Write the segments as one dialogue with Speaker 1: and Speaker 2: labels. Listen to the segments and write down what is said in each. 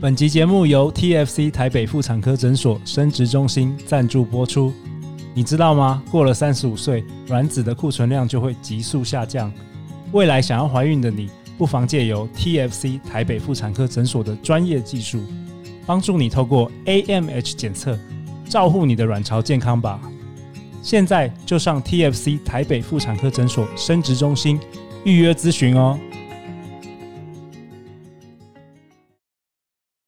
Speaker 1: 本集节目由 TFC 台北妇产科诊所生殖中心赞助播出。你知道吗？过了三十五岁，卵子的库存量就会急速下降。未来想要怀孕的你，不妨借由 TFC 台北妇产科诊所的专业技术，帮助你透过 AMH 检测，照护你的卵巢健康吧。现在就上 TFC 台北妇产科诊所生殖中心预约咨询哦。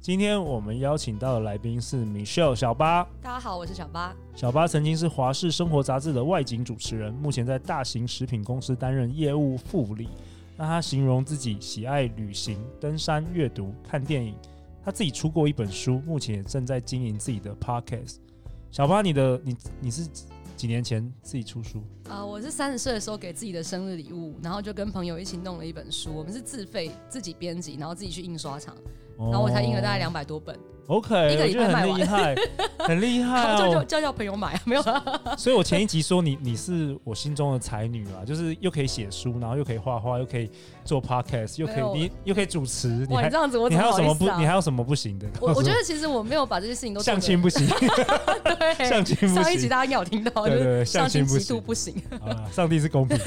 Speaker 1: 今天我们邀请到的来宾是 Michelle 小八。
Speaker 2: 大家好，我是小八。
Speaker 1: 小巴曾经是华视生活杂志的外景主持人，目前在大型食品公司担任业务副理。那他形容自己喜爱旅行、登山、阅读、看电影。他自己出过一本书，目前也正在经营自己的 podcast。小巴，你的你你是几年前自己出书？
Speaker 2: 呃，我是三十岁的时候给自己的生日礼物，然后就跟朋友一起弄了一本书，我们是自费自己编辑，然后自己去印刷厂，
Speaker 1: 然
Speaker 2: 然后我才印了大概两百多本，
Speaker 1: 哦 OK，
Speaker 2: 一个
Speaker 1: 我
Speaker 2: 礼
Speaker 1: 觉得
Speaker 2: 拜卖
Speaker 1: 很
Speaker 2: 完
Speaker 1: 厉害， 很厉害
Speaker 2: 然后就就
Speaker 1: 哦。
Speaker 2: 叫叫朋友买啊，没有啊，
Speaker 1: 所以我前一集说你你是我心中的才女啊，就是又可以写书，然后又可以画画，又可以做 podcast，又可
Speaker 2: 没有
Speaker 1: 以你又可以主持，你
Speaker 2: 哇，
Speaker 1: 还
Speaker 2: 你这样子我
Speaker 1: 你
Speaker 2: 怎
Speaker 1: 还
Speaker 2: 么
Speaker 1: 有
Speaker 2: 好
Speaker 1: 什么
Speaker 2: 意
Speaker 1: 不
Speaker 2: 思？啊
Speaker 1: 你？还有什么不行的？
Speaker 2: 我我 觉得其实我没有把这些事情都做
Speaker 1: 相
Speaker 2: 得
Speaker 1: 亲不 行，
Speaker 2: 对，
Speaker 1: 相亲不
Speaker 2: 上一集
Speaker 1: 行。
Speaker 2: 大家应该有听到，就
Speaker 1: 对对
Speaker 2: 是
Speaker 1: 对相
Speaker 2: 上
Speaker 1: 亲
Speaker 2: 进
Speaker 1: 不
Speaker 2: 极度
Speaker 1: 行
Speaker 2: 不行。
Speaker 1: 好啦上帝是公平的，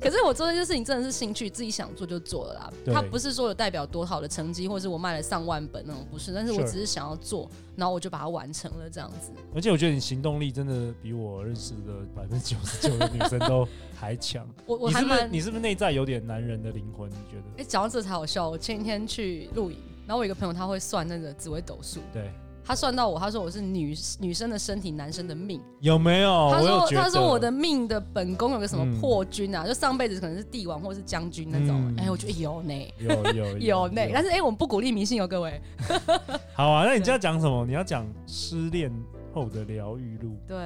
Speaker 2: 可是我做这件事情真的是兴趣，自己想做就做了啦。
Speaker 1: 对
Speaker 2: 它不是说有代表多好的成绩，或是我卖了上万本那种，不是。但是我
Speaker 1: Sure
Speaker 2: 只是想要做，然后我就把它完成了这样子。
Speaker 1: 而且我觉得你行动力真的比我认识的百分之九十九的女生都还强。
Speaker 2: 我 我
Speaker 1: 你
Speaker 2: 还
Speaker 1: 是不是
Speaker 2: 蛮
Speaker 1: 你是不是内在有点男人的灵魂？你觉得？
Speaker 2: 哎，讲到这才好笑。我前几天去露营，然后我有一个朋友他会算那个紫微斗数，
Speaker 1: 对，
Speaker 2: 他算到我，他说我是女女生的身体，男生的命。
Speaker 1: 有没有？
Speaker 2: 他
Speaker 1: 哦我有
Speaker 2: 说
Speaker 1: 觉得
Speaker 2: 他说我的命的本宫有个什
Speaker 1: 嗯
Speaker 2: 么破军啊，就上辈子可能是帝王或是将军那种
Speaker 1: 嗯。
Speaker 2: 哎、我觉得有呢，
Speaker 1: 有有
Speaker 2: 有呢。但是哎、我们不鼓励迷信哦，各位。
Speaker 1: 好啊，那你就要讲什么？你要讲失恋后的疗愈路。
Speaker 2: 对，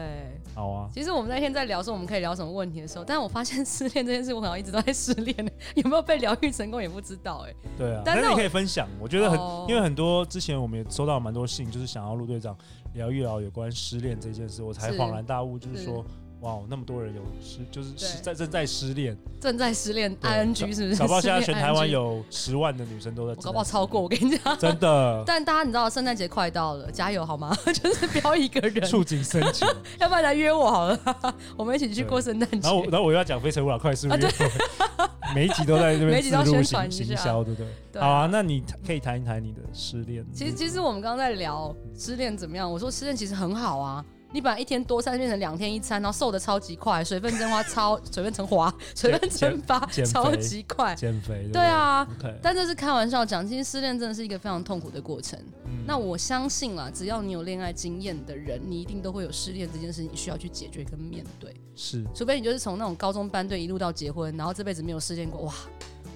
Speaker 1: 好啊，
Speaker 2: 其实我们那天在聊说我们可以聊什么问题的时候，但我发现失恋这件事，我好像一直都在失恋，有没有被疗愈成功也不知道哎、
Speaker 1: 对啊，但
Speaker 2: 但是
Speaker 1: 是你
Speaker 2: 我
Speaker 1: 可以分享，我觉得很，
Speaker 2: 哦
Speaker 1: 因为很多之前我们也收到蛮多信，就是想要陆队长聊一聊有关失恋这件事，我才
Speaker 2: 是
Speaker 1: 恍然大悟，就是
Speaker 2: 是
Speaker 1: 说，哇，那么多人有失，就是失
Speaker 2: 对
Speaker 1: 在正在失恋。
Speaker 2: 正在失恋
Speaker 1: 对
Speaker 2: ing 是不是？
Speaker 1: 搞不好现在
Speaker 2: 失
Speaker 1: 全
Speaker 2: 恋
Speaker 1: 台湾
Speaker 2: ING
Speaker 1: 有十万的女生都在，
Speaker 2: 我搞不好超过，我，跟 你讲。
Speaker 1: 真的
Speaker 2: 但大家你知道圣诞节快到了，加油好吗？ 就是不要一个人，
Speaker 1: 触景生 情。
Speaker 2: 要不然来约我好了， 我们一起去过圣诞节
Speaker 1: 然。后我，然后我又要讲《非诚勿扰》快速
Speaker 2: 啊
Speaker 1: 约会， 每一集都在这边
Speaker 2: 每一集都要
Speaker 1: 自入
Speaker 2: 宣
Speaker 1: 行
Speaker 2: 传一下
Speaker 1: 行销，对不对？
Speaker 2: 对
Speaker 1: 好啊，那你可以谈一谈你的失恋。
Speaker 2: 其实，其实我们刚刚在聊失恋怎么样，我说失恋其实很好啊。你把一天多餐变成两天一餐，然后瘦的超级快，水分蒸发超水分蒸发水分蒸发
Speaker 1: 减减肥
Speaker 2: 超级快。
Speaker 1: 减肥，
Speaker 2: 对啊，
Speaker 1: 不对，OK，
Speaker 2: 但这是开玩笑讲，其实失恋真的是一个非常痛苦的过程。
Speaker 1: 嗯
Speaker 2: 那我相信啦，只要你有恋爱经验的人，你一定都会有失恋这件事情需要去解决跟面对。
Speaker 1: 是
Speaker 2: 除非你就是从那种高中班队一路到结婚，然后这辈子没有失恋过，哇，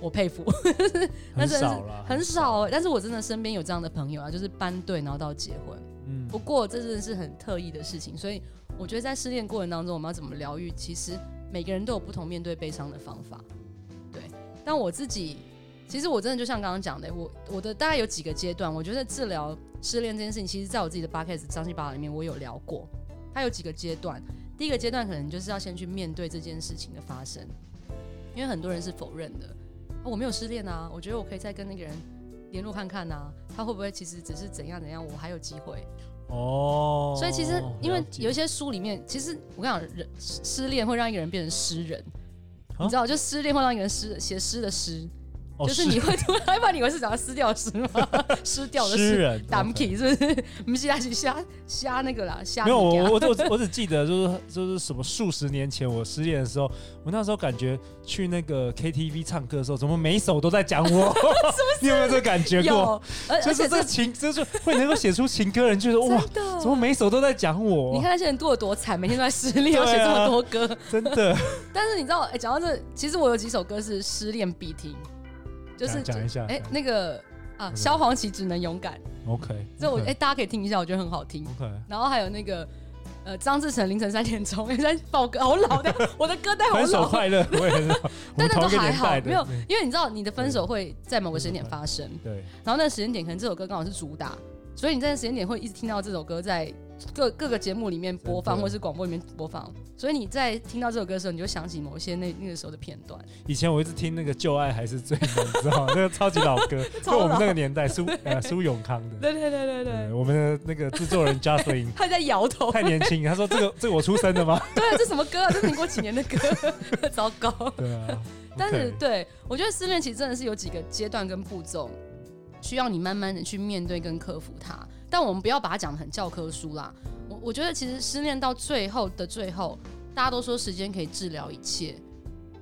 Speaker 2: 我佩服，那
Speaker 1: 很
Speaker 2: 真的是
Speaker 1: 少啦，
Speaker 2: 很少、欸。但是我真的身边有这样的朋友啊，就是班队然后到结婚。
Speaker 1: 嗯
Speaker 2: 不过这真的是很特异的事情，所以我觉得在失恋过程当中，我们要怎么疗愈，其实每个人都有不同面对悲伤的方法。对，但我自己其实我真的就像刚刚讲的，我我的大概有几个阶段，我觉得治疗失恋这件事情，其实在我自己的 b u c k e t 张七八里面我有聊过，它有几个阶段。第一个阶段可能就是要先去面对这件事情的发生，因为很多人是否认的，啊、我没有失恋啊，我觉得我可以再跟那个人联络看看啊，他会不会其实只是怎样怎样，我还有机会。
Speaker 1: 哦，
Speaker 2: 所以其实因为
Speaker 1: 了解
Speaker 2: 有一些书里面，其实我跟你讲，人失失恋会让一个人变成诗人。
Speaker 1: 啊
Speaker 2: 你知道，就失恋会让一个人诗写诗的诗，
Speaker 1: 哦
Speaker 2: 就是你会突然，要不然你以为是讲撕掉 的诗吗？失掉的
Speaker 1: 诗
Speaker 2: 诗
Speaker 1: 人
Speaker 2: d u m k 是不是？我们现在是瞎瞎那个啦，瞎
Speaker 1: 没有，
Speaker 2: 你啊
Speaker 1: 我
Speaker 2: 家
Speaker 1: 我我只我只记得就是就是什么数十年前我失恋的时候，我那时候感觉去那个 KTV 唱歌的时候，怎么每一首都在讲 我？ 你有没有这个感觉过？
Speaker 2: 有，而
Speaker 1: 就是
Speaker 2: 而且
Speaker 1: 这
Speaker 2: 这
Speaker 1: 情，就是会能够写出情歌的人， 觉得哇，
Speaker 2: 真的
Speaker 1: 怎么每一首都在讲
Speaker 2: 你
Speaker 1: 我？
Speaker 2: 看那些人过得多惨，每天都在失恋，
Speaker 1: 对啊
Speaker 2: 要写这么多歌。
Speaker 1: 真的，
Speaker 2: 但是你知道，哎、讲到这，其实我有几首歌是失恋必听，就是
Speaker 1: 讲讲一下
Speaker 2: 哎、
Speaker 1: 讲
Speaker 2: 那个啊
Speaker 1: 嗯，
Speaker 2: 萧煌奇只能勇敢，
Speaker 1: OK，
Speaker 2: 这我哎、
Speaker 1: OK，
Speaker 2: 大家可以听一下，我觉得很好听。
Speaker 1: OK，
Speaker 2: 然后还有那个呃，张志成凌晨三点钟， 因为在爆歌，好老的， 我的歌 单好
Speaker 1: 分手
Speaker 2: 老。
Speaker 1: 快乐，我也很老，我
Speaker 2: 但
Speaker 1: 们
Speaker 2: 那都
Speaker 1: 同一个
Speaker 2: 还
Speaker 1: 年
Speaker 2: 好
Speaker 1: 代，的，嗯
Speaker 2: 没有，因为你知道你的分手会在某个时间点发生，
Speaker 1: 对，
Speaker 2: 然后那个时间点可能这首歌刚好是主打，所以你在那时间点会一直听到这首歌在各各个节目里面播放，
Speaker 1: 真的
Speaker 2: 或是广播里面播放，所以你在听到这首歌的时候，你就想起某一些那那个时候的片段。
Speaker 1: 以前我一直听那个《旧爱还是最美》，你知道 吗？那个超级老歌，就
Speaker 2: 超
Speaker 1: 我们
Speaker 2: 老
Speaker 1: 那个年代，苏呃苏永康的，
Speaker 2: 对对对对哦对，
Speaker 1: 我们的那个制作人 Justin
Speaker 2: 他在摇 头，
Speaker 1: 太年轻，他说这个这个我出生的 吗？
Speaker 2: 对啊，这什么歌啊？这民国几年的歌， 糟糕。
Speaker 1: 对啊，
Speaker 2: 但是
Speaker 1: OK
Speaker 2: 对我觉得失恋其实真的是有几个阶段跟步骤，需要你慢慢的去面对跟克服它。但我们不要把它讲的很教科书啦。我我觉得其实失恋到最后的最后，大家都说时间可以治疗一切，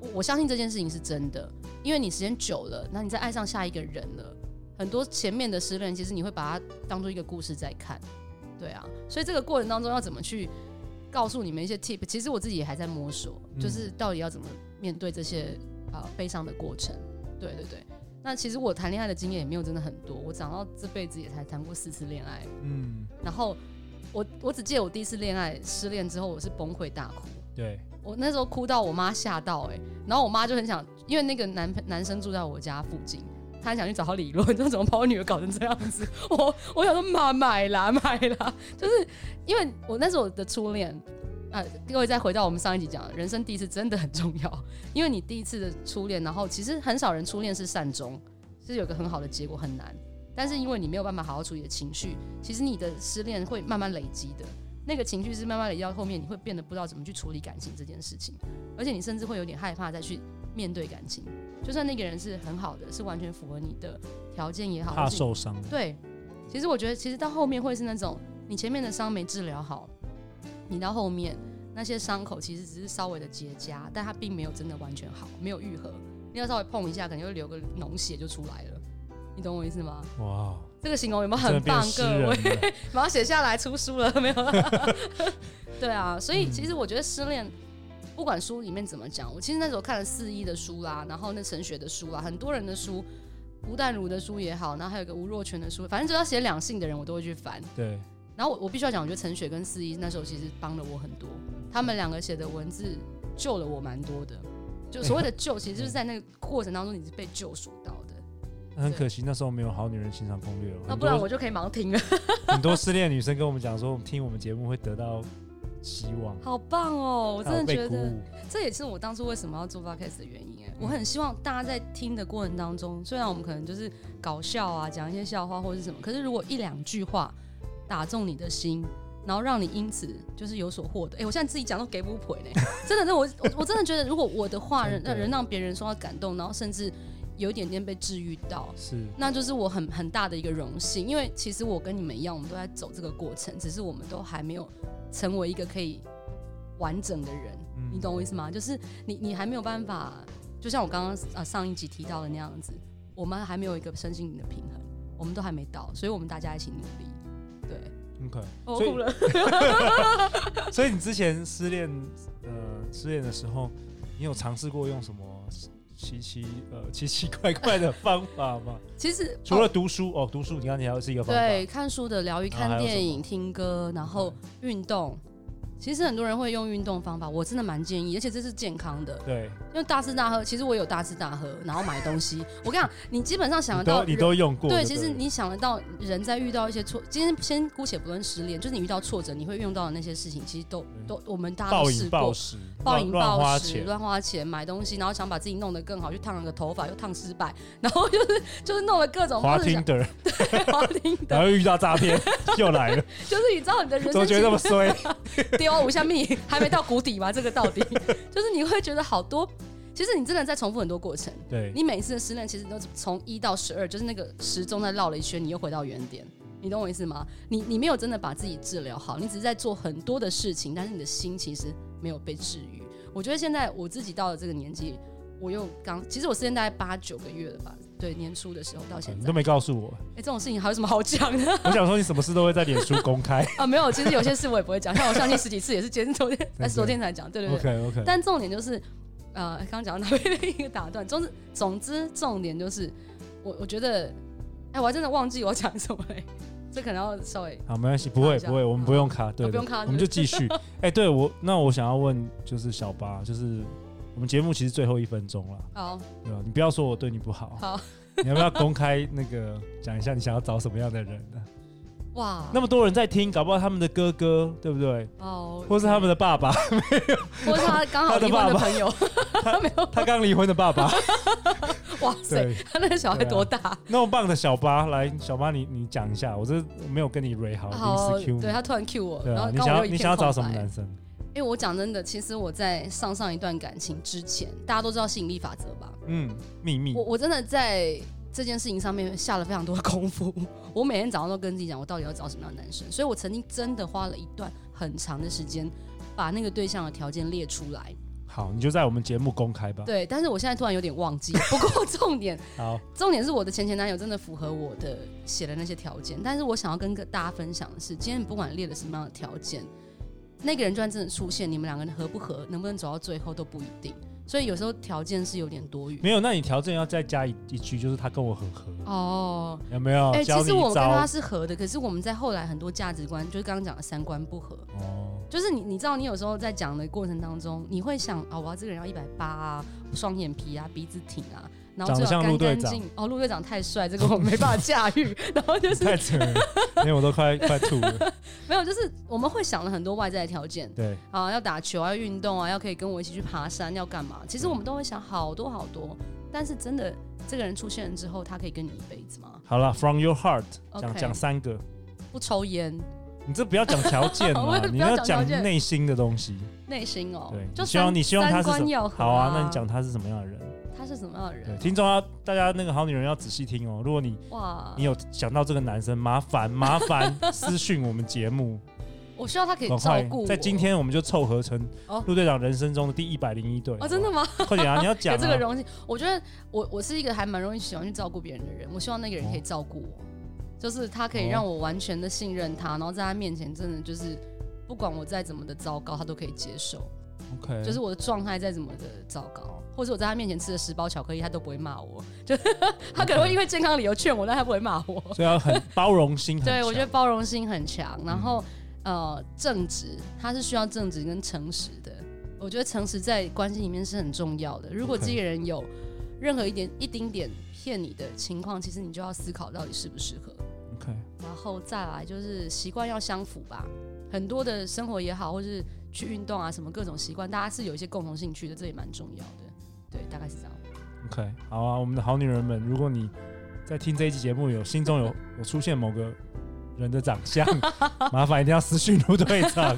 Speaker 2: 我我相信这件事情是真的，因为你时间久了，那你再爱上下一个人了，很多前面的失恋其实你会把它当做一个故事在看，对啊。所以这个过程当中要怎么去告诉你们一些 tip，其实我自己也还在摸索，
Speaker 1: 嗯
Speaker 2: 就是到底要怎么面对这些啊、呃悲伤的过程。对对对。那其实我谈恋爱的经验也没有真的很多，我长到这辈子也才谈过四次恋爱，
Speaker 1: 嗯，
Speaker 2: 然后我我只记得我第一次恋爱失恋之后，我是崩溃大哭，
Speaker 1: 对，
Speaker 2: 我那时候哭到我妈吓到哎、然后我妈就很想，因为那个男朋男生住在我家附近，她很想去找他理论， 你知道怎么把我女儿搞成这样子？ 我我想说妈买啦 买啦，就是因为我那时候我的初恋，啊、各位再回到我们上一集讲的，人生第一次真的很重要，因为你第一次的初恋，然后其实很少人初恋是善终，是有个很好的结果很难，但是因为你没有办法好好处理你的情绪，其实你的失恋会慢慢累积的。那个情绪是慢慢的到后面，你会变得不知道怎么去处理感情这件事情，而且你甚至会有点害怕再去面对感情。就算那个人是很好的，是完全符合你的条件也好，
Speaker 1: 怕
Speaker 2: 或是你
Speaker 1: 受伤，
Speaker 2: 对，其实我觉得，其实到后面会是那种你前面的伤没治疗好，你到后面那些伤口其实只是稍微的结痂，但它并没有真的完全好，没有愈合。你要稍微碰一下，可能会流个脓血就出来了。你懂我意思吗？
Speaker 1: 哇，
Speaker 2: 这个形容有没有
Speaker 1: 真的
Speaker 2: 很
Speaker 1: 变
Speaker 2: 棒？
Speaker 1: 诗
Speaker 2: 各
Speaker 1: 人
Speaker 2: 位，
Speaker 1: 了，
Speaker 2: 马上写下来出书了 没有？啊对啊，所
Speaker 1: 嗯
Speaker 2: 以其实我觉得失恋，不管书里面怎么讲，我其实那时候看了四一的书啦，然后那陈雪的书啦，很多人的书，吴淡如的书也好，然后还有一个吴若权的书，反正只要写两性的人，我都会去翻。
Speaker 1: 对，
Speaker 2: 然后我我必须要讲，我觉得陈雪跟四一那时候其实帮了我很多，他们两个写的文字救了我蛮多的。就所谓的救，其实就是在那个过程当中，你是被救赎到的。
Speaker 1: 很可惜那时候没有好女人欣赏攻略哦，
Speaker 2: 那
Speaker 1: 很
Speaker 2: 啊不然
Speaker 1: 多
Speaker 2: 我就可以盲听了，
Speaker 1: 很多失恋的女生跟我们讲说，我们听我们节目会得到希望，
Speaker 2: 好棒哦！我
Speaker 1: 我
Speaker 2: 真的觉
Speaker 1: 被鼓
Speaker 2: 得。
Speaker 1: 舞，
Speaker 2: 这也是我当初为什么要做 podcast 的原因哎、我
Speaker 1: 嗯
Speaker 2: 很希望大家在听的过程当中，虽然我们可能就是搞笑啊，讲一些笑话或是什么，可是如果一两句话打中你的心，然后让你因此就是有所获得，哎、我现在自己讲都给不回呢、 真的，真的，我我我真的觉得，如果我的话能
Speaker 1: 真的
Speaker 2: 能让别人受到感动，然后甚至有一点点被治愈到，
Speaker 1: 是
Speaker 2: 那就是我很很大的一个荣幸，因为其实我跟你们一样，我们都在走这个过程，只是我们都还没有成为一个可以完整的人，
Speaker 1: 嗯
Speaker 2: 你懂我意思吗？就是你你还没有办法，就像我刚刚呃上一集提到的那样子，我们还没有一个身心灵的平衡，我们都还没到，所以我们大家一起努力。对，
Speaker 1: OK，
Speaker 2: 哦我
Speaker 1: 所以
Speaker 2: 哭 了。
Speaker 1: 所以你之前失恋，呃，失恋的时候，你有尝试过用什么奇奇呃奇奇怪怪 的方法吗？
Speaker 2: 其实
Speaker 1: 除了读书哦，读书你刚才还是一个方法，
Speaker 2: 哦对，看书的疗愈，
Speaker 1: 然后
Speaker 2: 看
Speaker 1: 还有
Speaker 2: 电
Speaker 1: 什
Speaker 2: 影、
Speaker 1: 么嗯
Speaker 2: 听歌，然后运动。其实很多人会用运动方法，我真的蛮建议，而且这是健康的。
Speaker 1: 对，
Speaker 2: 因为大吃大喝，其实我有大吃大喝，然后买东西。我跟你讲，你基本上想得
Speaker 1: 你
Speaker 2: 到
Speaker 1: 都你都用过，
Speaker 2: 对，
Speaker 1: 就
Speaker 2: 其实
Speaker 1: 了
Speaker 2: 你想得到人在遇到一些挫，今天先姑且不论失恋，就是你遇到挫折，你会用到的那些事情，其实都
Speaker 1: 嗯
Speaker 2: 都我们大家
Speaker 1: 暴
Speaker 2: 都试
Speaker 1: 饮
Speaker 2: 过
Speaker 1: 暴。食，
Speaker 2: 暴
Speaker 1: 乱
Speaker 2: 饮
Speaker 1: 乱
Speaker 2: 暴
Speaker 1: 花
Speaker 2: 食、
Speaker 1: 钱，
Speaker 2: 乱花钱买东西，然后想把自己弄得更好，去烫了个头发，又烫失败，然后就是就是弄了各种
Speaker 1: 滑
Speaker 2: 或者
Speaker 1: 听
Speaker 2: 想
Speaker 1: 的，
Speaker 2: 滑听
Speaker 1: 然
Speaker 2: 的，
Speaker 1: 后又遇到诈骗，又来 了，
Speaker 2: 就是你知道你的人
Speaker 1: 怎
Speaker 2: 生
Speaker 1: 么觉得那
Speaker 2: 经历
Speaker 1: 么衰？
Speaker 2: 丢啊五下命还没到谷底吗？这个到底 就是你会觉得好多，其实你真的在重复很多过程，
Speaker 1: 对，
Speaker 2: 你每一次的失恋，其实都是从一到十二，就是那个时钟在绕了一圈，你又回到原点。你懂我意思吗？你你没有真的把自己治疗好，你只是在做很多的事情，但是你的心其实没有被治愈。我觉得现在我自己到了这个年纪，我又刚，其实我失恋大概八九个月了吧，对，年初的时候到现
Speaker 1: 你
Speaker 2: 在，
Speaker 1: 都
Speaker 2: 哎、
Speaker 1: 没告诉我，
Speaker 2: 这种事情还有什么好讲的？
Speaker 1: 我想说你什么事都会在脸书公开
Speaker 2: 啊，没有，其实有些事我也不会讲，像我相亲十几次也是今天昨天，但是昨天才 讲，对对对。
Speaker 1: ，OK OK，
Speaker 2: 但重点就是，呃，刚刚讲到哪边一个打断，总之总之重点就是，我我觉得，哎，我还真的忘记我讲什么嘞、这可能要稍微
Speaker 1: 好，没关系，不
Speaker 2: 卡
Speaker 1: 会
Speaker 2: 一下
Speaker 1: 不会，我们不用卡，对
Speaker 2: 啊不用
Speaker 1: 对
Speaker 2: 卡
Speaker 1: 我们就继 续。哎，对我，那我想要问，就是小八，就是我们节目其实最后一分钟了，
Speaker 2: 好
Speaker 1: 对吧？你不要说我对你不好，
Speaker 2: 好
Speaker 1: 你要不要公开那个讲一下你想要找什么样的人呢？
Speaker 2: 哇，
Speaker 1: 那么多人在听，搞不好他们的哥哥，对不对？
Speaker 2: 哦，
Speaker 1: 或是他们的爸 爸，
Speaker 2: 或是他刚好
Speaker 1: 他的
Speaker 2: 离婚
Speaker 1: 爸
Speaker 2: 的
Speaker 1: 爸
Speaker 2: 朋友，没有
Speaker 1: 他刚离婚的爸 爸，
Speaker 2: 哇塞
Speaker 1: 对，，
Speaker 2: 他那个小孩
Speaker 1: 对啊
Speaker 2: 多大？
Speaker 1: 那么棒的小八，来，小八你你讲一下，我这没有跟你 re 好，
Speaker 2: 好，
Speaker 1: 临时 Q
Speaker 2: 对
Speaker 1: 你，
Speaker 2: 他突然 Q 我，
Speaker 1: 对
Speaker 2: 然
Speaker 1: 啊，
Speaker 2: 后
Speaker 1: 你
Speaker 2: 刚
Speaker 1: 想
Speaker 2: 好
Speaker 1: 要
Speaker 2: 我有一
Speaker 1: 你
Speaker 2: 片
Speaker 1: 想要找什么
Speaker 2: 空白
Speaker 1: 男生？
Speaker 2: 因为我讲真的，其实我在上上一段感情之前，大家都知道吸引力法则吧？
Speaker 1: 嗯，秘密
Speaker 2: 我，我真的在这件事情上面下了非常多的功夫。我每天早上都跟自己讲，我到底要找什么样的男生。所以我曾经真的花了一段很长的时间，把那个对象的条件列出来。
Speaker 1: 好，你就在我们节目公开吧。
Speaker 2: 对，但是我现在突然有点忘记。不过重点，
Speaker 1: 好，
Speaker 2: 重点是我的前前男友真的符合我的写的那些条件。但是我想要跟大家分享的是，今天不管列了什么样的条件，那个人就算真的出现，你们两个人合不合，能不能走到最后都不一定。所以有时候条件是有点多余。
Speaker 1: 没有，那你条件要再加一一句，就是他跟我很合，
Speaker 2: 哦，
Speaker 1: 有没有？
Speaker 2: 哎、
Speaker 1: 教
Speaker 2: 其
Speaker 1: 你
Speaker 2: 实我
Speaker 1: 一
Speaker 2: 跟他
Speaker 1: 招。
Speaker 2: 是合的，可是我们在后来很多价值观，就是刚刚讲的三观不合。
Speaker 1: 哦，
Speaker 2: 就是你，你知道，你有时候在讲的过程当中，你会想啊，我要这个人要一百八啊，双眼皮啊，鼻子挺啊，然后
Speaker 1: 长
Speaker 2: 最
Speaker 1: 得
Speaker 2: 好
Speaker 1: 像陆
Speaker 2: 干
Speaker 1: 队
Speaker 2: 干净。哦，陆队长太帅，这个我没办法驾驭。 然后 就是
Speaker 1: 太扯了，因为我都快快吐 了。
Speaker 2: 没有，就是我们会想了很多外在的条件
Speaker 1: 对，
Speaker 2: 啊，要打球啊，要运动啊，要可以跟我一起去爬山，要干嘛？其实我们都会想好多好多，但是真的这个人出现了之后，他可以跟你一辈子吗？
Speaker 1: 好了，From your heart，讲
Speaker 2: OK
Speaker 1: 讲三个，
Speaker 2: 不抽烟，
Speaker 1: 你这不要讲条件
Speaker 2: 我
Speaker 1: 嘛
Speaker 2: 也，不
Speaker 1: 你
Speaker 2: 要
Speaker 1: 要
Speaker 2: 讲
Speaker 1: 讲
Speaker 2: 条件
Speaker 1: 内心的东西。
Speaker 2: 内心哦，
Speaker 1: 对，
Speaker 2: 就
Speaker 1: 你希望
Speaker 2: 三
Speaker 1: 你希望他
Speaker 2: 三
Speaker 1: 是什
Speaker 2: 观要
Speaker 1: 么？
Speaker 2: 合
Speaker 1: 好啊，那你讲他是什么样的人？
Speaker 2: 他是什么样的
Speaker 1: 对，
Speaker 2: 人？啊
Speaker 1: 听众要大家那个好女人要仔细听哦。如果你
Speaker 2: 哇
Speaker 1: 你，有想到这个男生，麻烦麻烦私讯我们节目，
Speaker 2: 我需要 他可以
Speaker 1: 很
Speaker 2: 照
Speaker 1: 快
Speaker 2: 顾我。
Speaker 1: 在今天我们就凑合成
Speaker 2: 哦
Speaker 1: 陆队长人生中的第一百零一对。
Speaker 2: 哦，真的吗？
Speaker 1: 好不好，快点啊！你要 讲
Speaker 2: 有
Speaker 1: 啊
Speaker 2: 这个荣幸，我觉得我我是一个还蛮容易喜欢去照顾别人的人，我希望那个人可以照顾我，就是他可以让我完全的信任他，然后在他面前真的就是不管我再怎么的糟糕，他都可以接受，
Speaker 1: ，OK，
Speaker 2: 就是我的状态再怎么的糟糕，或者我在他面前吃了十包巧克力，他都不会骂 我，就 他可能会因为健康理由劝我，但他不会骂我。
Speaker 1: 所以要很包容心很强。嗯
Speaker 2: 对，我觉得包容性很强，然后、呃，正直，他是需要正直跟诚实的。我觉得诚实在关系里面是很重要的。如果
Speaker 1: OK
Speaker 2: 这个人有任何一点一丁点骗你的情况，其实你就要思考到底适不适合。
Speaker 1: OK，
Speaker 2: 然后再来就是习惯要相符吧，很多的生活也好，或是去运动啊什么各种习惯，大家是有一些共同兴趣的，这也蛮重要的。对，大概是这样。
Speaker 1: OK，好啊，我们的好女人们，如果你在听这一期节目有心中有有出现某个人的长 相，麻烦一定要私讯陆队长。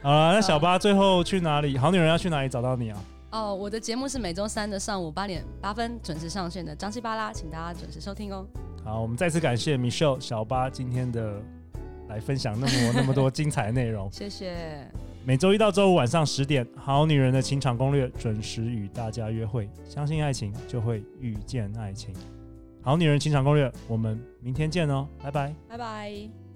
Speaker 1: 好了，那小八最后去哪里？好女人要去哪里找到你啊？
Speaker 2: 哦，我的节目是每周三的上午八点八分准时上线的《张西巴拉》，请大家准时收听哦。
Speaker 1: 好，我们再次感谢 Michelle 小八今天的来分享那么那么多精彩的内容。
Speaker 2: 谢谢。
Speaker 1: 每周一到周五晚上十点，《好女人的情场攻略》准时与大家约会。相信爱情，就会遇见爱情。好女人情场攻略，我们明天见哦，拜拜。
Speaker 2: 拜拜。